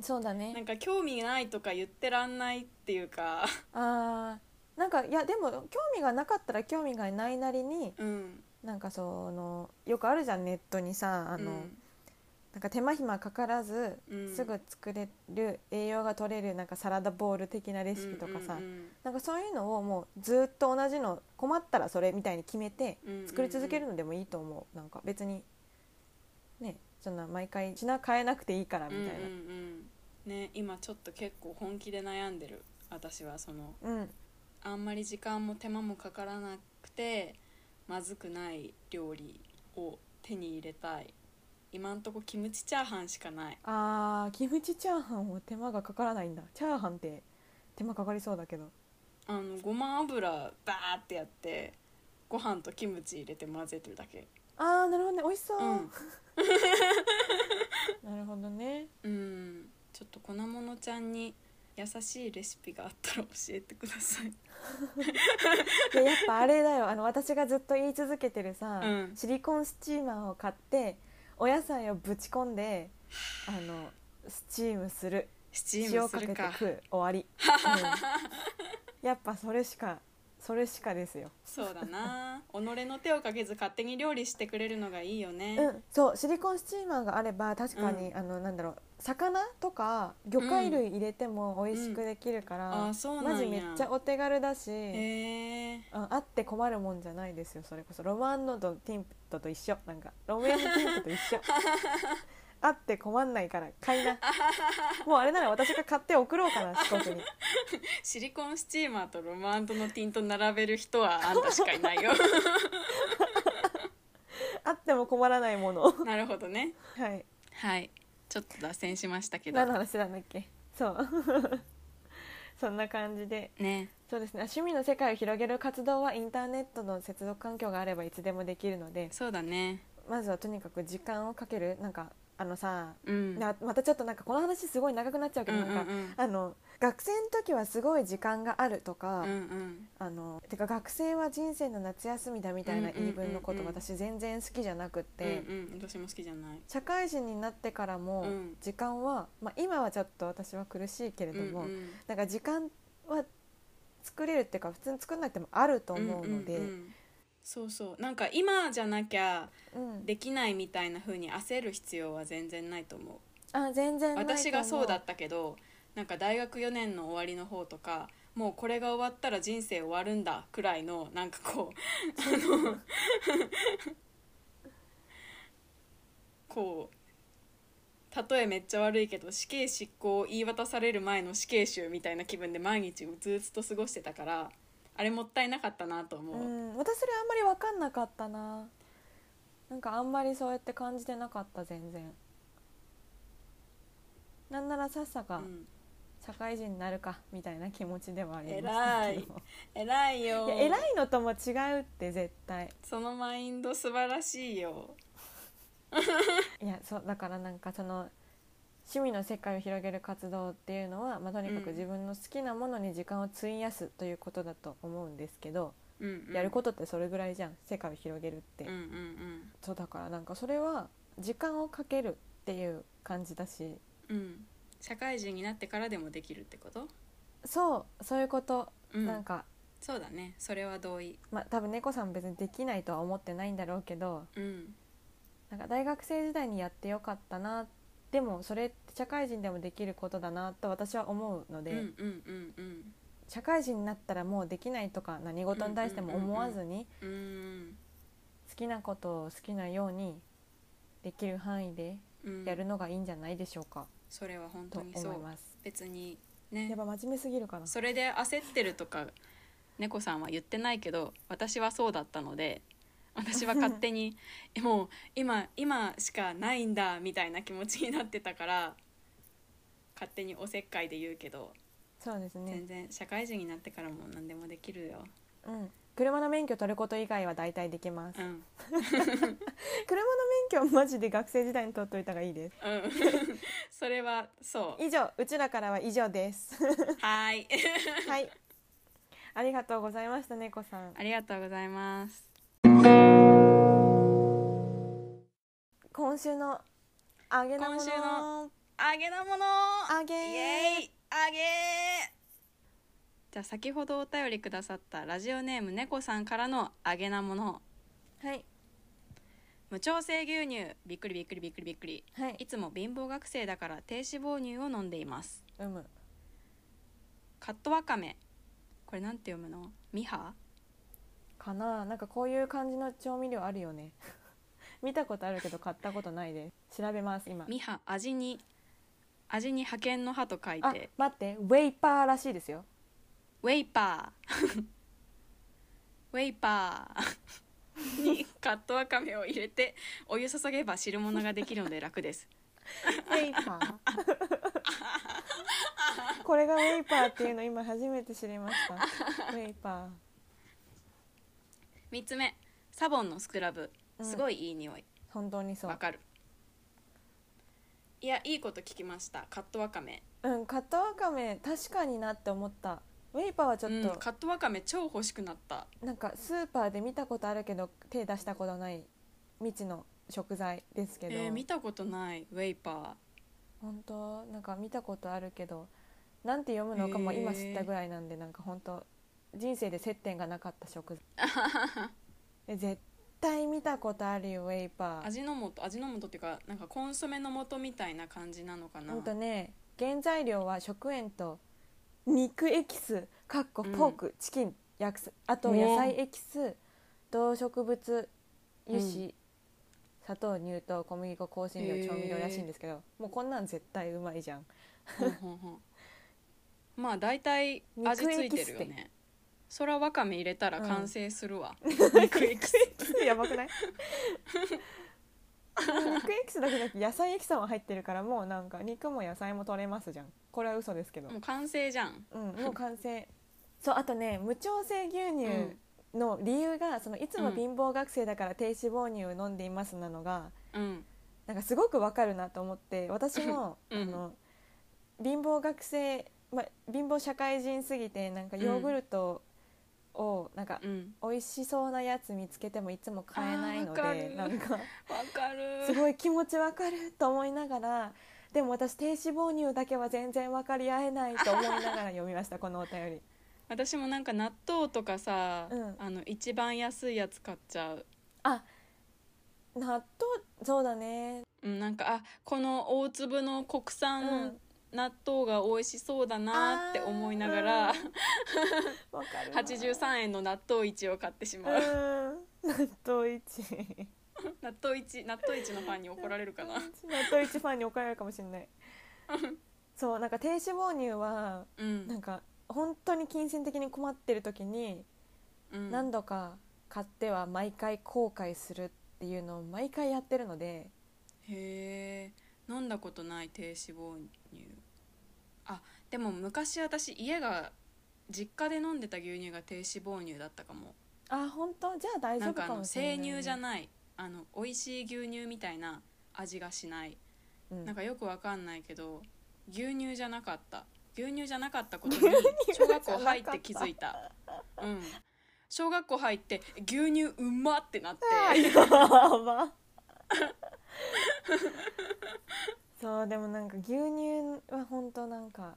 そうなだんねか興味ないとか言ってらんないっていうかあーなんかいやでも興味がなかったら興味がないなりにうんなんかそのよくあるじゃんネットにさあの、うんなんか手間暇かからずうんすぐ作れる栄養が取れるなんかサラダボウル的なレシピとかさ、うんうんなんかそういうのをもうずっと同じの困ったらそれみたいに決めてうんうんうん作り続けるのでもいいと思うなんか別にねそんな毎回品変えなくていいからみうんうんたいなうんね今ちょっと結構本気で悩んでる私はそのうん、あんまり時間も手間もかからなくてまずくない料理を手に入れたい今んとこキムチチャーハンしかないあーキムチチャーハンは手間がかからないんだチャーハンって手間かかりそうだけどあのごま油バーってやってご飯とキムチ入れて混ぜてるだけあーなるほどね美味しそう、うん なるほどねうんちょっと粉ものちゃんに優しいレシピがあったら教えてくださ いいややっぱあれだよあの私がずっと言い続けてるさ、うんシリコンスチーマーを買ってお野菜をぶち込んであのスチームするスチームする塩かかけて食う 終わり、うんやっぱそれしかそれしかですよそうだな己の手をかけず勝手に料理してくれるのがいいよね、うん、そうシリコンスチーマーがあれば確かに、あのなんだろう魚とか魚介類入れても美味しくできるから、ああそうなマジんめやっちゃお手軽だし、へえああって困るもんじゃないですよそれこそロマンノドティンプトと一緒なんかロメアンティンプと一 緒あって困んないから買いなもうあれなら私が買って送ろうかな四国にシリコンスチーマーとロマンドのティント並べる人はあんたしかい ないよあっても困らないものはなるほどねいはいちょっと脱線しましたけど何の話なんだっけそう そんな感じでねそうですね趣味の世界を広げる活動はインターネットの接続環境があればいつでもできるのでそうだねまずはとにかく時間をかけるなんかあのさ、うんなまたちょっとなんかこの話すごい長くなっちゃうけうんど、うんなんかあの学生の時はすごい時間があるとか、うんうんあのてか学生は人生の夏休みだみたいな言い分のこうとんうんうんうん私全然好きじゃなくって、うんうん私も好きじゃない社会人になってからもうん時間は、まあ、今はちょっと私は苦しいけれども、うんうんなんか時間は作れるっていうか普通に作んなくてもあると思うので、んんんそうそうなんか今じゃなきゃうんできないみたいな風に焦る必要は全然ないと思うあ全然ないと思私がそうだったけどなんか大学4年の終わりの方とかもうこれが終わったら人生終わるんだくらいのなんかこうあのこう例えめっちゃ悪いけど死刑執行を言い渡される前の死刑囚みたいな気分で毎日うつうつと過ごしてたからあれもったいなかったなと思うう、ん私それあんまり分かんなかったななんかあんまりそうやって感じてなかった全然なんならさっさうかん、社会人になるかみたいな気持ちではありま偉しいたけど偉いよいや偉いのとも違うって絶対そのマインド素晴らしいよいやそうだからなんかその趣味の世界を広げる活動っていうのは、まあ、とにかうくん自分の好きなものに時間を費やすということだと思うんですけど、うんうんやることってそれぐらいじゃん世界を広げるって、うんうんうんそうだからなんかそれは時間をかけるっていう感じだしうん、社会人になってからでもできるってこと、そうそういうこと、うん、なんかそうだねそれは同意まあ多分猫さん別にできないとは思ってないんだろうけどうんなんか大学生時代にやってよかったなでもそれって社会人でもできることだなと私は思うのうで、んうんうんうん社会人になったらもうできないとか何事に対しても思わずにうーん好きなことを好きなようにできる範囲でうんやるのがいいんじゃないでしょうか、それは本と当にそ思いうます。別にやねっぱ真面目すぎるかなそれで焦ってるとか猫さんは言ってないけど私はそうだったので私は勝手 にえもう今今しかないんだみたいな気持ちになってたから勝手におせっかいで言うけど、そうですね全然社会人になってからも何でもできるよ、うん、車の免許取ること以外は大体できます、うん、車の免許はマジで学生時代に取っといた方がいいですうん、 それはそう。以上うちらからは以上です はーい。はいありがとうございました猫さんありがとうございます。今週のあげなも今週のの揚げなもの。揚げーイエーイ。揚げー。じゃあ先ほどお便りくださったラジオネーム猫さんからの揚げなもの。はい無調整牛乳びっくりびっくりびっくりびっくり。はいいつも貧乏学生だから低脂肪乳を飲んでいます。うむカットわかめ。これなんて読むの？ミハ？かななんかこういう感じの調味料あるよね 見たことあるけど買ったことないです調べます今ミハ味に味に派遣の歯と書いあて待ってウェイパーらしいですよ ウェイパーウェイパーにカットわかめを入れてお湯注げば汁物ができるので楽ですェイパー これがウェイパーっていうの今初めて知りましたウェイパ3つ目サボンのスクラブー、すごいいいい匂い本当にそわうかるいやいいこと聞きましたカットわかめうんカットわかめ確かになって思ったウェイパーはちょっうん、カと、ットわかめ超欲しくなったなんかスーパーで見たことあるけど手出したことない未知の食材ですけど、えー見たことないウェイパ本当なんか見たことあるけどなんて読むのかもへー今知ったぐらいなんでなんか本当人生で接点がなかった 食材え絶対見たことあるよウェイパーー味の素味の素っていうかなんかコンソメの素みたいな感じなのかなほんとね原材料は食塩と肉エキスかっこうんポーク、チキンやくすあと野菜エキス動植物油脂、砂糖乳糖小麦粉香辛料調味料らしいんですけど、もうこんなん絶対うまいじゃんほんほんほんまあ大体味ついてるよ肉エキねそらわかめ入れたら完成するわ、肉エキスやばくない肉エキスだけじゃなくて野菜エキスも入ってるからもうなんか肉も野菜も取れますじゃんこれは嘘ですけどもう完成じゃんうんもう完成そうあとね無調整牛うん乳の理由がそのいつもうん貧乏学生だから低脂肪乳を飲んでいますなのがうんなんかすごくわかるなと思って私も、うんあの貧乏学生、ま、貧乏社会人すぎてなんかヨーグルトをなんかうん美味しそうなやつ見つけてもいつも買えないのあーわかでるなんかわかるすごい気持ちわかると思いながらでも私低脂肪乳だけは全然分かり合えないと思いながら読み ましたこのお便り私もなんか納豆とかさ、うんあの一番安いやつ買っちゃう、納豆そうだねうん、なんかあこの大粒の国うん産納豆が美味しそうだなって思いながら、あーわかるな83円の納豆一を買ってしうまう、ーん納豆一納豆一納豆一のファンに怒られるかな納豆一ファンに怒られるかもしれないそうなんか低脂肪乳はうんなんか本当に金銭的に困ってる時にうん何度か買っては毎回後悔するっていうのを毎回やってるのでへえ飲んだことない低脂肪乳あでも昔私家が実家で飲んでた牛乳が低脂肪乳だったかもあ本当じゃあ大な丈夫んかあかのもしれ生ない乳じゃないあの美味しい牛乳みたいな味がしないうんなんかよくわかんないけど牛乳じゃなかった牛乳じゃなかったことに小学校入って気づいたうん小学校入って牛乳うまってなってや ばそうでもなんか牛乳は本当なんか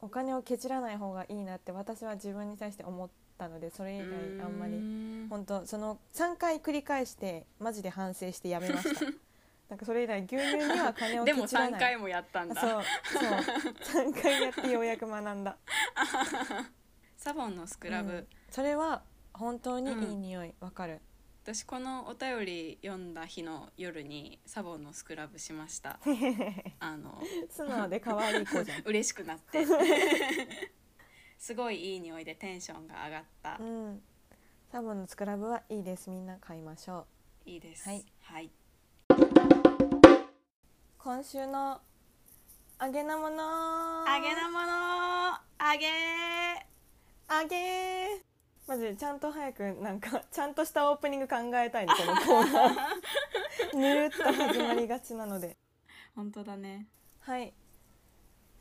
お金をケチらない方がいいなって私は自分に対して思ったのでそれ以外あんまうーりん本当その3回繰り返してマジで反省してやめま したなんかそれ以来牛乳には金をでもケチら3ない回もやったんだそう そう3回やってようやく学んだサボンのスクラブ、うんそれは本当にいい匂いわ、かる 私このお便り読んだ日の夜にサボンのスクラブしました あの素直で可愛い子 じゃん嬉しくなってすごいいい匂いでテンションが上がった、うんサボンのスクラブはいいですみんな買いましょいいですはい、はい、う今週の揚げなもの揚げなもの揚げ揚げマジでちゃんと早くなんかちゃんとしたオープニング考えたいねこのコーナー ぬるっと始まりがちなので本当だねはい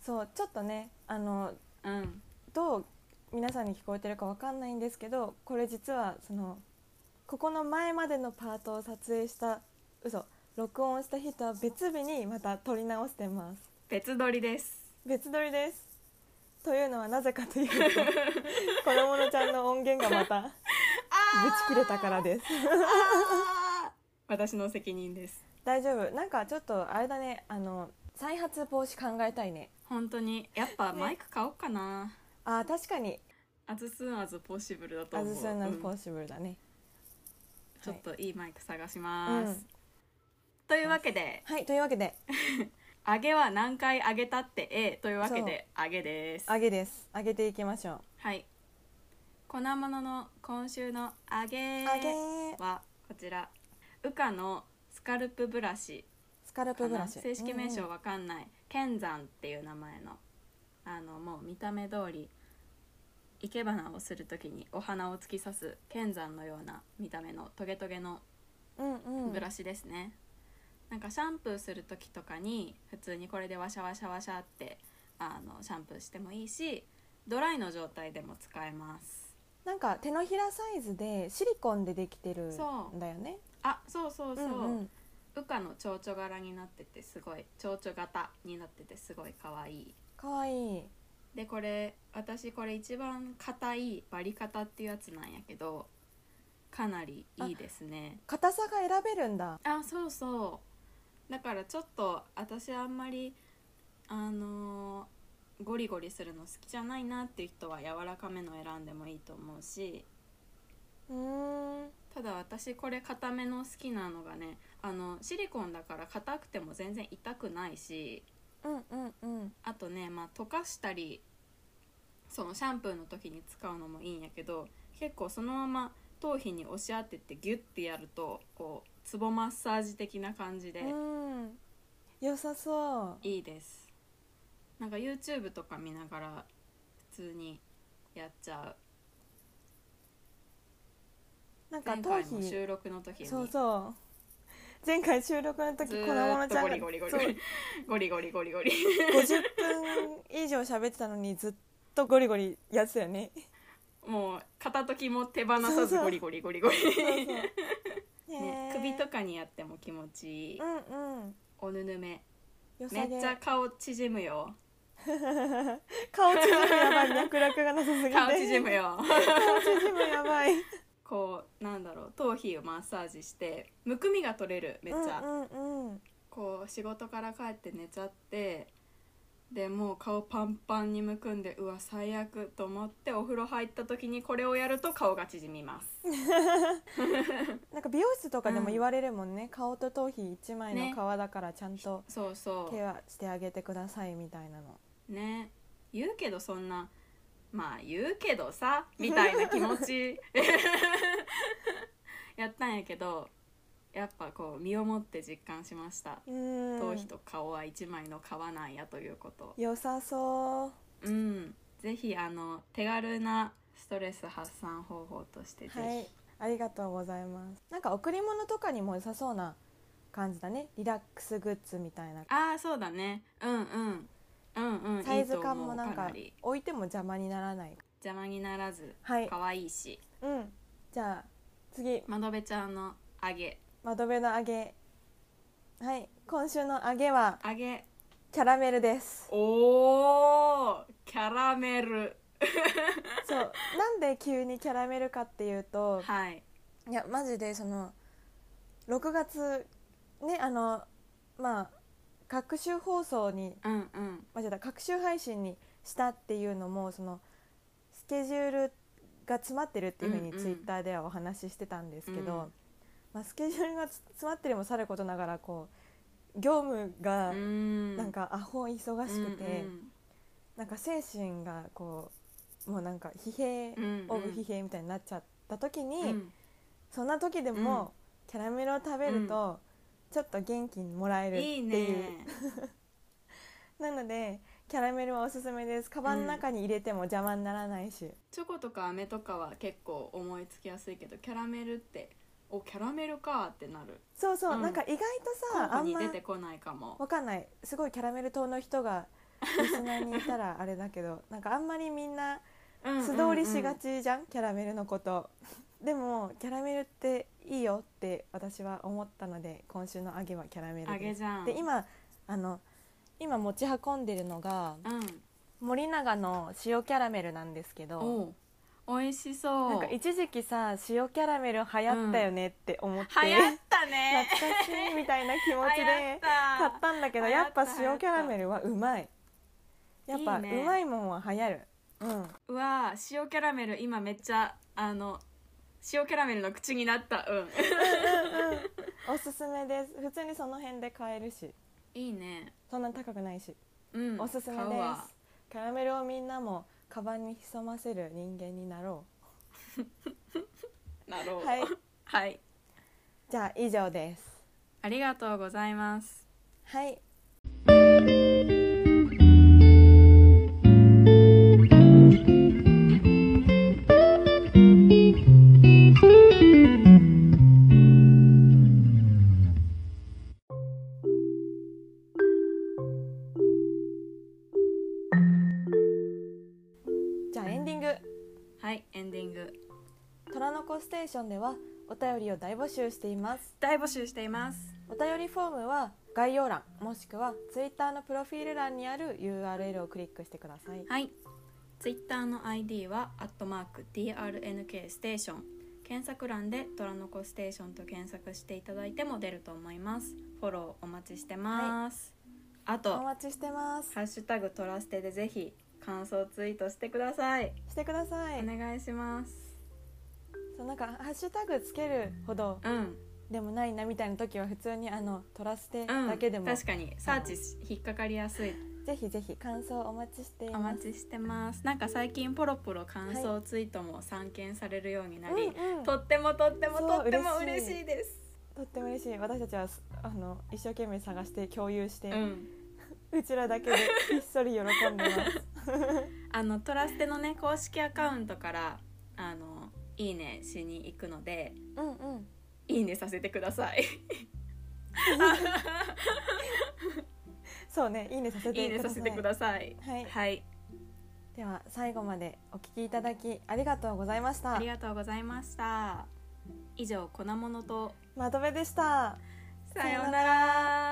そうちょっとねあのうんどう皆さんに聞こえてるかわかんないんですけどこれ実はそのここの前までのパートを撮影した嘘録音した日とは別日にまた撮り直してます別撮り です別撮りですというのはなぜかというと 子どものちゃんの音源がまたぶち切れたからです私の責任です大丈夫なんかちょっとあれだねあの再発防止考えたいね本当にやっぱねマイク買おうかな、あー確かにアズスーンアズポッシブルだとア思うズスンナズポうんッシブルだね、ちょっといいマイク探します、うんというわけではいというわけで揚げは何回揚げたってええというわけで揚げです揚げです揚げていきましょうはい粉物の今週のあげあげーはこちらウカのスカルプブラシスカルプブラシ正式名うん称わかんない、剣山っていう名前のあのもう見た目通り生け花をするときにお花を突き刺す剣山のような見た目のトゲトゲのうんうんブラシですね、なんかシャンプーする時とかに普通にこれでワシャワシャワシャってあのシャンプーしてもいいしドライの状態でも使えますなんか手のひらサイズでシリコンでできてるんだよねあそうそうそう、んんウカの蝶々柄になっててすごい蝶々型になっててすごい可愛いかわいいでこれ私これ一番硬いバリカタっていうやつなんやけどかなりいいですね硬さが選べるんだあそうそうだからちょっと私あんまりあのーゴリゴリするの好きじゃないなっていう人は柔らかめの選んでもいいと思うしうーんただ私これ硬めの好きなのがねあのシリコンだから硬くても全然痛くないしうんうんうんあとね、まあ、溶かしたりそのシャンプーの時に使うのもいいんやけど結構そのまま頭皮に押し当ててギュッてやるとこうツボマッサージ的な感じでうん良さそういいですなんか YouTube とか見ながら普通にやっちゃなんうか前頭回の皮収録の時にそうそう前回収録の時ずこのまーまっちとゃんゴがリゴリゴリそうゴリゴリゴリゴ リ50分以上喋ってたのにずっとゴリゴリやってたよ ねもう片時も手放さそうずそうゴリゴリゴリゴリ、そうそうねね、首とかにやっても気持ちいい、うんうんおぬぬめ良さめげっちゃ顔縮むよ顔縮むやばい 脈絡がなさすぎて顔縮むよ顔縮むやばいこうなんだろう頭皮をマッサージしてむくみが取れるめっちゃ、うんうんうんこう仕事から帰って寝ちゃってでもう顔パンパンにむくんでうわ最悪と思ってお風呂入った時にこれをやると顔が縮みますなんか美容室とかでも言われるもんね、顔と頭皮一枚のね皮だからちゃんとそうそケアしてあげてくださいみたいなの、うね言うけどそんなまあ言うけどさみたいな気持 ちやったんやけどやっぱこう身をもって実感しましたうん頭皮と顔は一枚の皮なんやということ良さそううんぜひあの手軽なストレス発散方法としてぜひ、はいありがとうございますなんか贈り物とかにも良さそうな感じだねリラックスグッズみたいなああそうだねうんうんうんうんサイいいズと思う感もなんかかり置いても邪魔にならない邪魔にならずはい可愛いしうんじゃあ次窓辺ちゃんの揚げ窓辺の揚げはい今週の揚げは揚げキャラメルですおーキャラメルそうなんで急にキャラメルかっていうとはいいやマジでその6月ねあのまあ各週放送にうんうん間違えた各週配信にしたっていうのもそのスケジュールが詰まってるっていうふうにうんうんツイッターではお話ししてたんですけど、うんまあ、スケジュールがつ詰まってるもさることながらこう業務がうんなんかアホ忙しくて、うんなんか精神がこうもうなんか疲弊、うんオブ疲弊みたいになっちゃった時に、うんうんそんな時でも、キャラメルを食べると、ちょっと元気もらえるっていいいうねなのでキャラメルはおすすめですカバンの中に入れても邪魔にならないし、チョコとか飴とかは結構思いつきやすいけどキャラメルっておキャラメルかってなるそうそう、うんなんか意外とさ候あ補んにま出てこないかもわかんないすごいキャラメル党の人がリスナーにいたらあれだけど なんかあんまりみんな素通りしがちじゃん,、キャラメルのこと でもキャラメルっていいよって私は思ったので今週の揚げはキャラメル揚でげすじゃんで今あの今持ち運んでるのがうん森永の塩キャラメルなんですけどおお美味しそうなんか一時期さ塩キャラメル流行ったよねって思って、流行ったね懐かしいみたいな気持ち流行でっ買ったたんだけど流行やっったぱ塩キャラメルはうまいやっぱいいうねまいもんは流行るうんうわー塩キャラメル今めっちゃあの塩キャラメルの口になったうん おすすめです普通にその辺で買えるしいいねそんなに高くないし、うんおすすめで買うわすキャラメルをみんなもカバンに潜ませる人間になろなろうはいはい、じゃあ以上ですありがとうございますはいじゃあエンディングはいエンディング「虎の子ステーション」ではお便りを大募集しています大募集していますお便りフォームは概要欄もしくはツイッターのプロフィール欄にある URL をクリックしてくださいはい。ツイッターの ID は、アットマーク DRNK ステーション。検索欄で、虎の子ステーションと検索していただいても出ると思います。フォローお待ちしてます。あおと、ハ待ちしてますッシュタグトラステでぜひ、感想ツイートしてください。してくださいお願いします。そうなんかハッシュタグつけるほどうん、でもないなみたいな時は普通にあのトラステうん、だけでも、確かに、サーチし引っかかりやすい。ぜひぜひ感想お待ちしていおます待ちしてます。なんか最近ポロポロ感想ツイートも散見されるようになり、うんうん、ととってもとってもそうとっても嬉嬉しいしいです。っても嬉しい私たちはすあの一生懸命探して共有して、う。うんちらだけでひっそり喜んで ますあのトラステのね公式アカウントからあのいいねしに行くのでうんうんいいねさせてください。そうねいいねさせいていねくだささせいてください。はいはい、では最後までお聞きいただきありがとうございましたありがとうございました。以上粉物とまとめでしたさようなら。